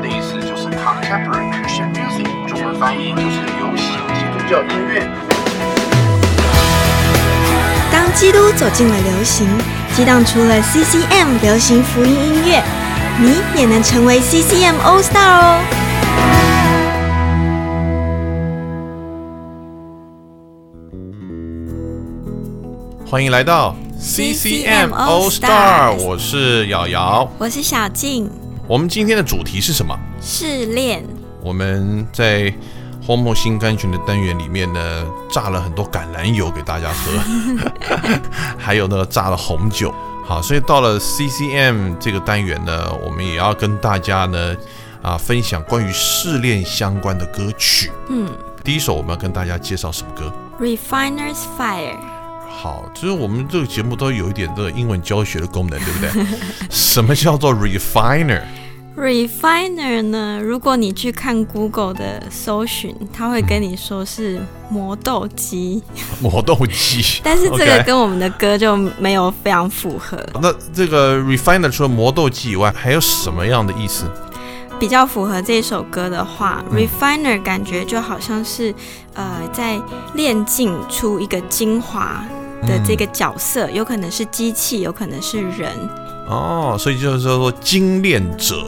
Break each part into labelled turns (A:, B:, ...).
A: 的意思就是 Contemporary Christian Music，中文翻译就是流行基督教音乐。
B: 当基督走进了流行，激荡出了 CCM 流行福音音乐，你也能成为 CCM All Star 哦！
C: 欢迎来到
B: CCM All
C: All
B: Stars
C: 我是瑶瑶。
B: 我是小静，
C: 我们今天的主题是什么？
B: 试炼。
C: 我们在 Homo 新甘醇的单元里面呢，榨了很多橄榄油给大家喝， 还有呢榨了红酒。好，所以到了 CCM 这个单元呢，我们也要跟大家呢啊分享关于试炼相关的歌曲。
B: 嗯
C: 第一首我们要跟大家介绍什么歌？
B: ，Refiner's Fire，
C: 好，就是我们这个节目都有一点这个英文教学的功能，对不对？ 什么叫做 refiner？
B: Refiner 呢？如果你去看 Google 的搜寻，它会跟你说是磨豆机，
C: 磨豆 机。
B: 但是这个
C: OK
B: 跟我们的歌就没有非常符合，
C: 那这个 refiner 除了磨豆机以外，还有什么样的意思？
B: 比较符合这首歌的话、r
C: 嗯
B: e f i n e r 感觉就好像是呃在炼净出一个精华的这个角色，
C: 嗯
B: 有可能是机器，有可能是人，
C: 哦，所以就是说精炼者，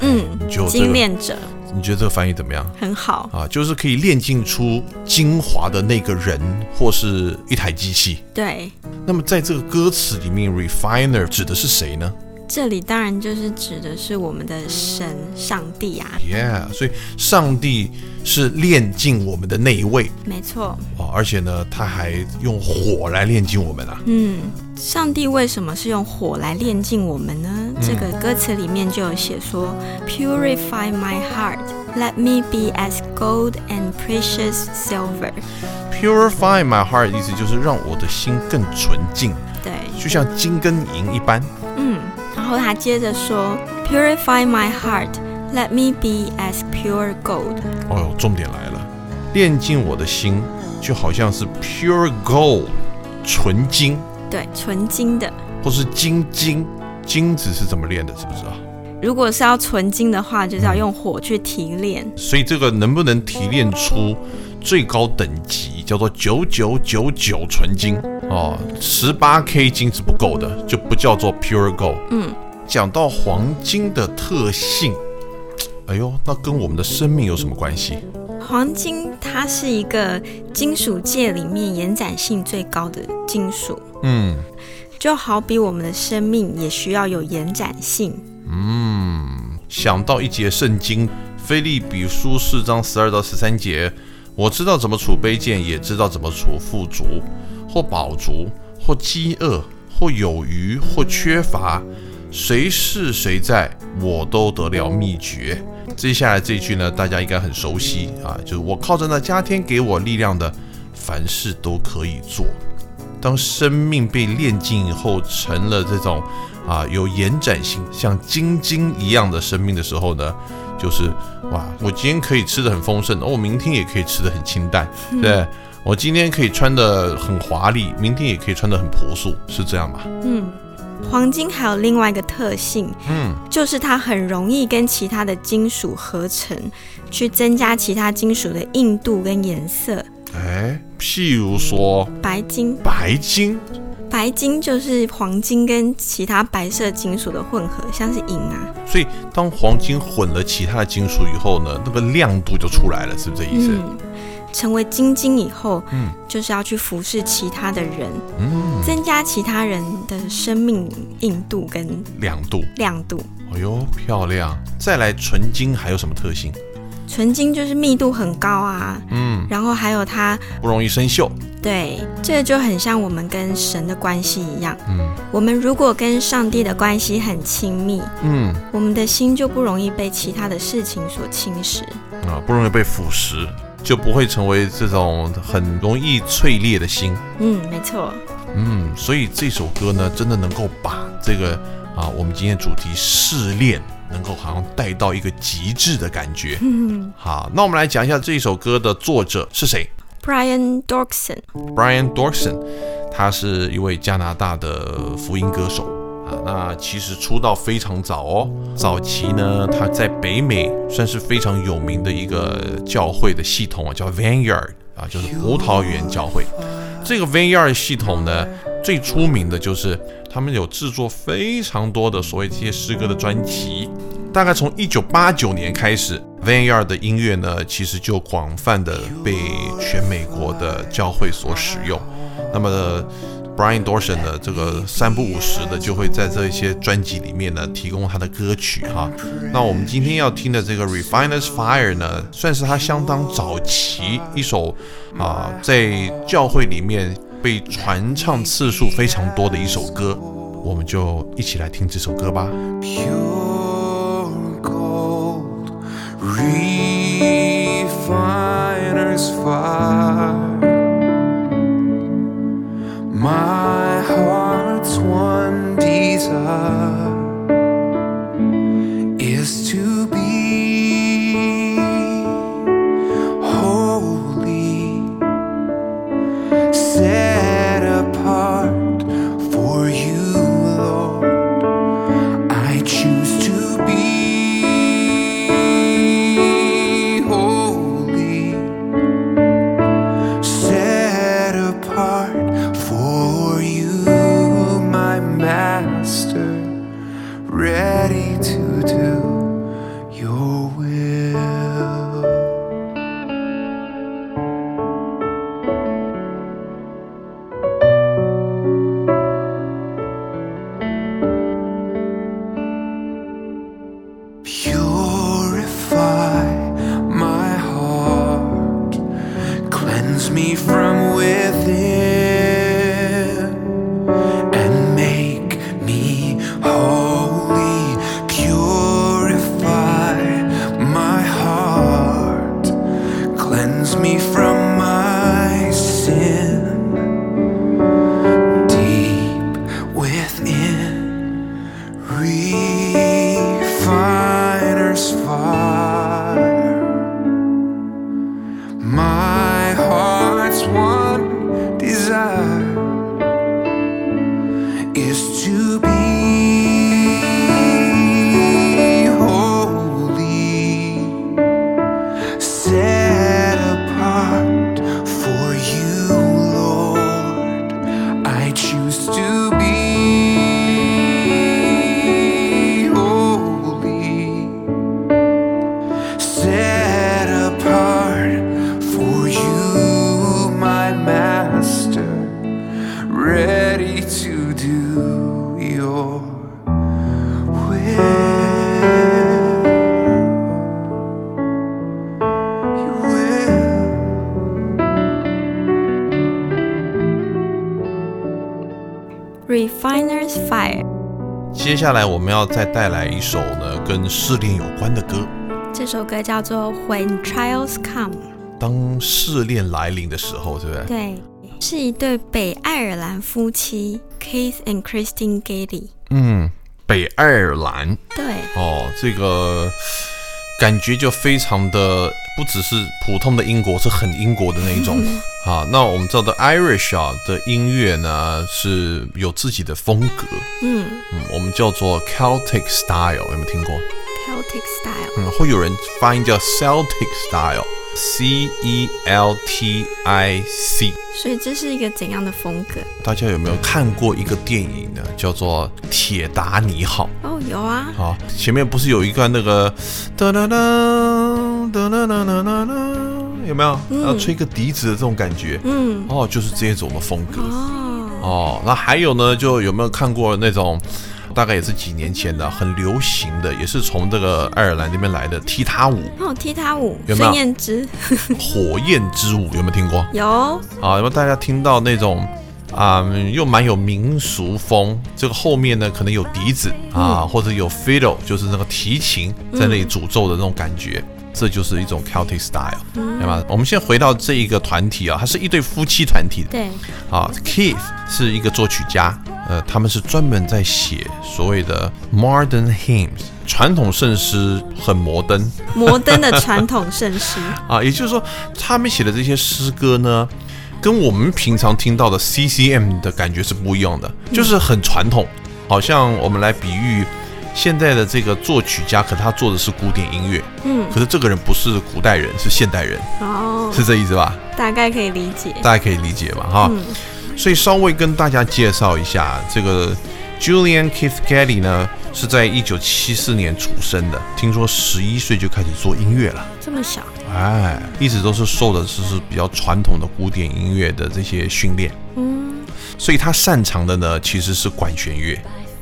B: 嗯，
C: 你就这个
B: 精，炼者
C: 你觉得这个翻译怎么样？
B: 很好，
C: 啊，就是可以炼尽出精华的那个人或是一台机器。
B: 对。
C: 那么在这个歌词里面，refiner 指的是谁呢
B: 这里当然就是指的是我们的神上帝啊，
C: ？Yeah，所以上帝是炼尽我们的那一位
B: 没错，
C: 哦，而且呢，他还用火来炼尽我们啊。
B: 嗯，上帝为什么是用火来炼净我们呢？
C: 嗯
B: 这个歌词里面就有写说，Purify my heart, let me be as gold and precious silver。
C: Purify my heart 意思就是让我的心更纯净，
B: 对，
C: 就像金跟银一般。
B: 嗯，然后他接着说，Purify my heart, let me be as pure gold。
C: 哦呦，重点来了，炼尽我的心，就好像是 pure gold 纯金，
B: 对，纯金的。
C: 或是金金。金子是怎么炼的？知不知道？
B: 如果是要纯金的话，就是要用火去提炼。
C: 所以这个能不能提炼出最高等级，叫做九九九九纯金哦，十八 K 金是不够的，就不叫做 pure gold。
B: 嗯，
C: 讲到黄金的特性，哎呦，那跟我们的生命有什么关系？
B: 黄金它是一个金属界里面延展性最高的金属，
C: 嗯
B: 就好比我们的生命也需要有延展性。
C: 嗯，想到一节圣经《菲利比书》四章十二到十三节，我知道怎么处卑贱，也知道怎么处富足，或饱足，或饥饿，或有余，或缺乏，谁是谁在，我都得了秘诀。接下来这一句呢，大家应该很熟悉啊，就是我靠着那加添给我力量的，凡事都可以做。当生命被炼尽以后，成了这种啊有延展性、像晶晶一样的生命的时候呢，就是哇，我今天可以吃的很丰盛，哦，我明天也可以吃的很清淡，对。我今天可以穿的很华丽，明天也可以穿的很朴素，是这样吗？
B: 嗯，黄金还有另外一个特性，
C: 嗯，
B: 就是它很容易跟其他的金属合成，去增加其他金属的硬度跟颜色。
C: 哎，譬如说
B: 白金，
C: 白金，
B: 白金就是黄金跟其他白色金属的混合，像是银啊。
C: 所以当黄金混了其他的金属以后呢，那个亮度就出来了，是不是这意思？
B: 嗯，成为金晶以后，
C: 嗯
B: 就是要去服侍其他的人，
C: 嗯，
B: 增加其他人的生命硬度跟
C: 亮度，
B: 亮度。
C: 哎呦，漂亮！再来，纯金还有什么特性？
B: 纯金就是密度很高啊，
C: 嗯，
B: 然后还有它，
C: 不容易生锈。
B: 对，这就很像我们跟神的关系一样。
C: 嗯
B: 我们如果跟上帝的关系很亲密，
C: 嗯
B: 我们的心就不容易被其他的事情所侵蚀。
C: 啊，不容易被腐蚀，就不会成为这种很容易脆裂的心。
B: 嗯，没错，
C: 嗯，所以这首歌呢，真的能够把这个啊，我们今天的主题试炼，能够好像带到一个极致的感觉。好，那我们来讲一下这首歌的作者是谁
B: Brian Dorkson，
C: ，Brian Dorkson，他是一位加拿大的福音歌手。啊，的。那其实出道非常早哦，早期呢，他在北美算是非常有名的一个教会的系统啊，叫 Vineyard 啊，就是葡萄园教会。这个 Vineyard 系统呢，最出名的就是他们有制作非常多的所谓这些诗歌的专辑。大概从一九八九年开始，Vineyard 的音乐呢，其实就广泛的被全美国的教会所使用。那么呢 Brian Dorson 呢，这个三不五时的就会在这一些专辑里面呢，提供他的歌曲哈。那我们今天要听的这个《Refiner's Fire》呢，算是他相当早期一首啊、在教会里面被传唱次数非常多的一首歌。我们就一起来听这首歌吧。
D: pure gold refiner's fire. My heart's one desire is to be holy, set apart for you, Lord. I choose to be holy, set apart for you, my master, ready to do your will. Purify my heart, cleanse me from within, and make me holy. Purify my heart, cleanse me from my sin. Deep within, refiner's fire. My heart's one desire is to be holy, set apart for you, Lord. I choose to be holy, set apart for you, my master, ready to do your will. Your will.
B: Refiner's Fire
C: 接下来我们要再带来一首呢跟失恋有关的歌。
B: 这首歌叫做 When Trials Come。
C: 当试炼来临的时候，对不对？
B: 对，是一对北爱尔兰夫妻 Keith and Christine Gailey。
C: 嗯，北爱尔兰
B: 对，
C: 哦，这个感觉就非常的不只是普通的英国，是很英国的那一种 啊。那我们知道的 Irish 啊的音乐呢是有自己的风格，
B: 嗯
C: 嗯，我们叫做 Celtic style，有没有听过？
B: ，Celtic style，
C: 嗯，会有人发音叫 Celtic style，C E L T I C。
B: 所以这是一个怎样的风格？
C: 大家有没有看过一个电影呢？叫做《铁达尼号》。
B: 哦，有啊，
C: 好，前面不是有一段那个哒哒哒哒哒哒哒哒哒，有没有？要吹个笛子的这种感觉。
B: 嗯，
C: 哦，就是这种的风格。
B: 哦，
C: 哦，那还有呢，就有没有看过那种，大概也是几年前的，很流行的，也是从这个爱尔兰那边来的踢踏舞、
B: 那我踢踏舞，
C: 有没有
B: 孙燕姿
C: 火焰之舞，有没有听过？
B: 有，
C: 啊，那么大家听到那种啊、又蛮有民俗风，这个后面呢可能有笛子啊，或者有 fiddle，就是那个提琴在那里诅咒的那种感觉。这就是一种 Celtic style，对吧？我们先回到这一个团体啊，它是一对夫妻团体
B: 对，
C: 啊。Keith 是一个作曲家，呃，他们是专门在写所谓的 modern hymns，传统圣诗，很摩登，
B: 摩登的传统圣 诗，
C: 啊，也就是说，他们写的这些诗歌呢，
B: 嗯
C: 跟我们平常听到的 CCM 的感觉是不一样的，就是很传统。好像我们来比喻现在的这个作曲家，可他做的是古典音乐，
B: 嗯，
C: 可是这个人不是古代人，是现代人，
B: 哦，
C: 是这意思吧？
B: 大概可以理解。
C: 大家可以理解吧？哈，
B: 嗯
C: 所以稍微跟大家介绍一下，这个 Julian Keith Getty 呢是在一九七四年出生的，听说十一岁就开始做音乐了。
B: 这么小，
C: 哎，一直都是受的就是比较传统的古典音乐的这些训练，
B: 嗯，
C: 所以他擅长的呢其实是管弦乐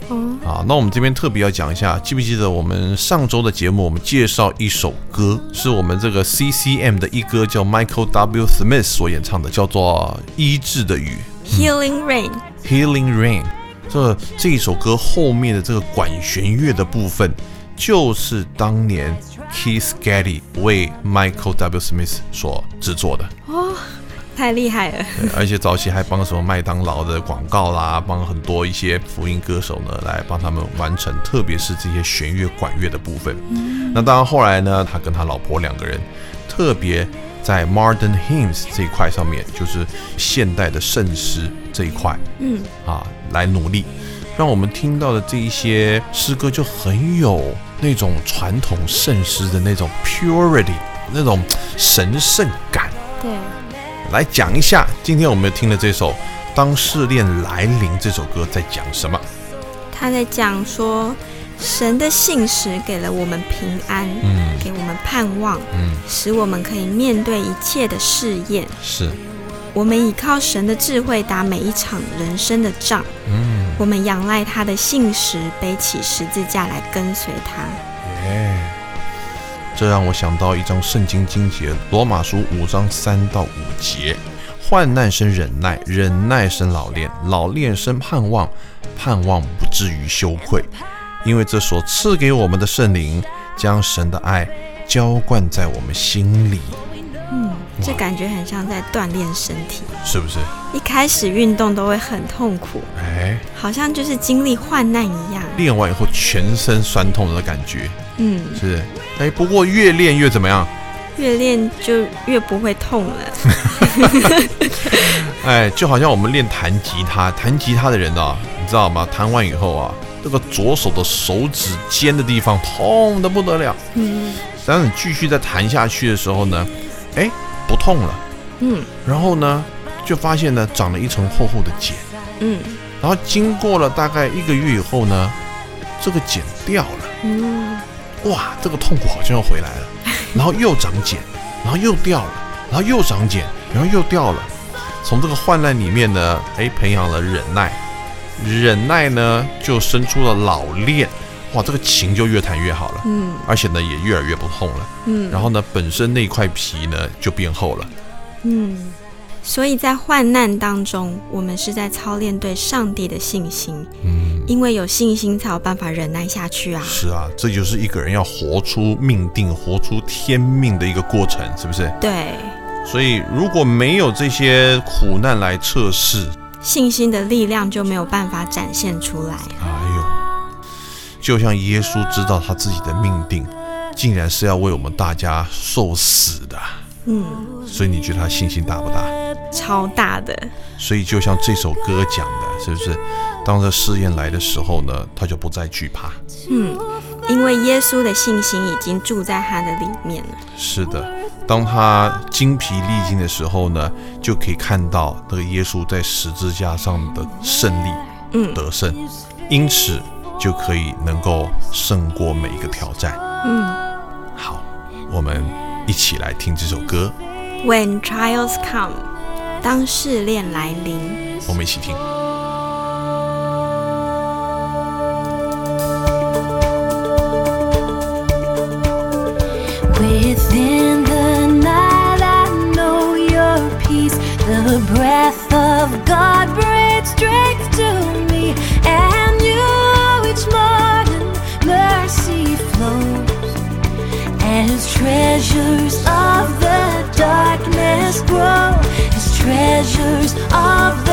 B: 哦，
C: 啊。那我们这边特别要讲一下，记不记得我们上周的节目，我们介绍一首歌，是我们这个 CCM 的一哥叫 Michael W. Smith 所演唱的，叫做《医治的雨
B: Healing Rain，》
C: （Healing Rain）。这这一首歌后面的这个管弦乐的部分，就是当年 Keith Getty 为 Michael W. Smith 所制作的。
B: 哦，太厉害了，
C: 而且早期还帮什么麦当劳的广告啦，帮很多一些福音歌手呢来帮他们完成，特别是这些弦乐、管乐的部分。那当然后来呢，他跟他老婆两个人特别在 modern hymns 这一块上面，就是现代的圣诗这一块，嗯，啊，来努力，让我们听到的这一些诗歌就很有那种传统圣诗的那种 purity，那种神圣感。
B: 对，
C: 来讲一下，今天我们听的这首《当试炼来临》这首歌在讲什么？
B: 他在讲说，神的信实给了我们平安，
C: 嗯
B: 给我们盼望，
C: 嗯，
B: 使我们可以面对一切的试验。
C: 是，
B: 我们倚靠神的智慧打每一场人生的仗，
C: 嗯，
B: 我们仰赖他的信实，背起十字架来跟随他。
C: 哎，这让我想到一张圣经经节，《罗马书》五章三到五节：患难生忍耐，忍耐生老练，老练生盼望，盼望不至于羞愧，因为这所赐给我们的圣灵，将神的爱浇灌在我们心里，
B: 嗯，这感觉很像在锻炼身体。
C: 是不是？
B: 一开始运动都会很痛苦，
C: 哎，
B: 好像就是经历患难一样。
C: 练完以后全身酸痛的感觉。
B: 嗯，
C: 是，哎，不过越练越怎么样？
B: 越练就越不会痛了。
C: 哎，就好像我们练弹吉他，弹吉他的人啊，你知道吗？弹完以后啊，那个左手的手指尖的地方痛的不得了。
B: 嗯
C: 当你继续再弹下去的时候呢，哎，不痛了。
B: 嗯
C: 然后呢，就发现呢长了一层厚厚的茧。
B: 嗯
C: 然后经过了大概一个月以后呢，这个茧掉了，
B: 嗯，
C: 哇，这个痛苦好像又回来 了。然后又长茧，然后又掉了，然后又长茧，然后又掉了。从这个患难里面呢，哎，培养了忍耐，忍耐呢就生出了老练，哇，这个琴就越弹越好了，
B: 嗯，
C: 而且呢也越来越不痛了，
B: 嗯
C: 然后呢本身那块皮呢就变厚了，
B: 嗯，所以在患难当中，我们是在操练对上帝的信心，
C: 嗯，
B: 因为有信心才有办法忍耐下去啊。
C: 是啊，这就是一个人要活出命定、活出天命的一个过程，是不是？
B: 对，
C: 所以如果没有这些苦难来测试，
B: 信心的力量就没有办法展现出来。
C: 哎呦，就像耶稣知道他自己的命定，竟然是要为我们大家受死的，
B: 嗯，
C: 所以你觉得他信心大不大？
B: 超大的，
C: 所以就像这首歌讲的，是不是？当这试验来的时候呢，他就不再惧怕。
B: 嗯，因为耶稣的信心已经住在他的里面了。
C: 是的，当他精疲力尽的时候呢，就可以看到那个耶稣在十字架上的胜利，
B: 嗯
C: 得胜，因此就可以能够胜过每一个挑战。
B: 嗯
C: 好，我们一起来听这首歌，
B: ，When trials come，当试炼来临，
C: 我们一起听。
E: Within the night, I know your peace. The breath of God brings strength to me, and new each morning mercy flows as treasures of the darkness grow. As treasures of the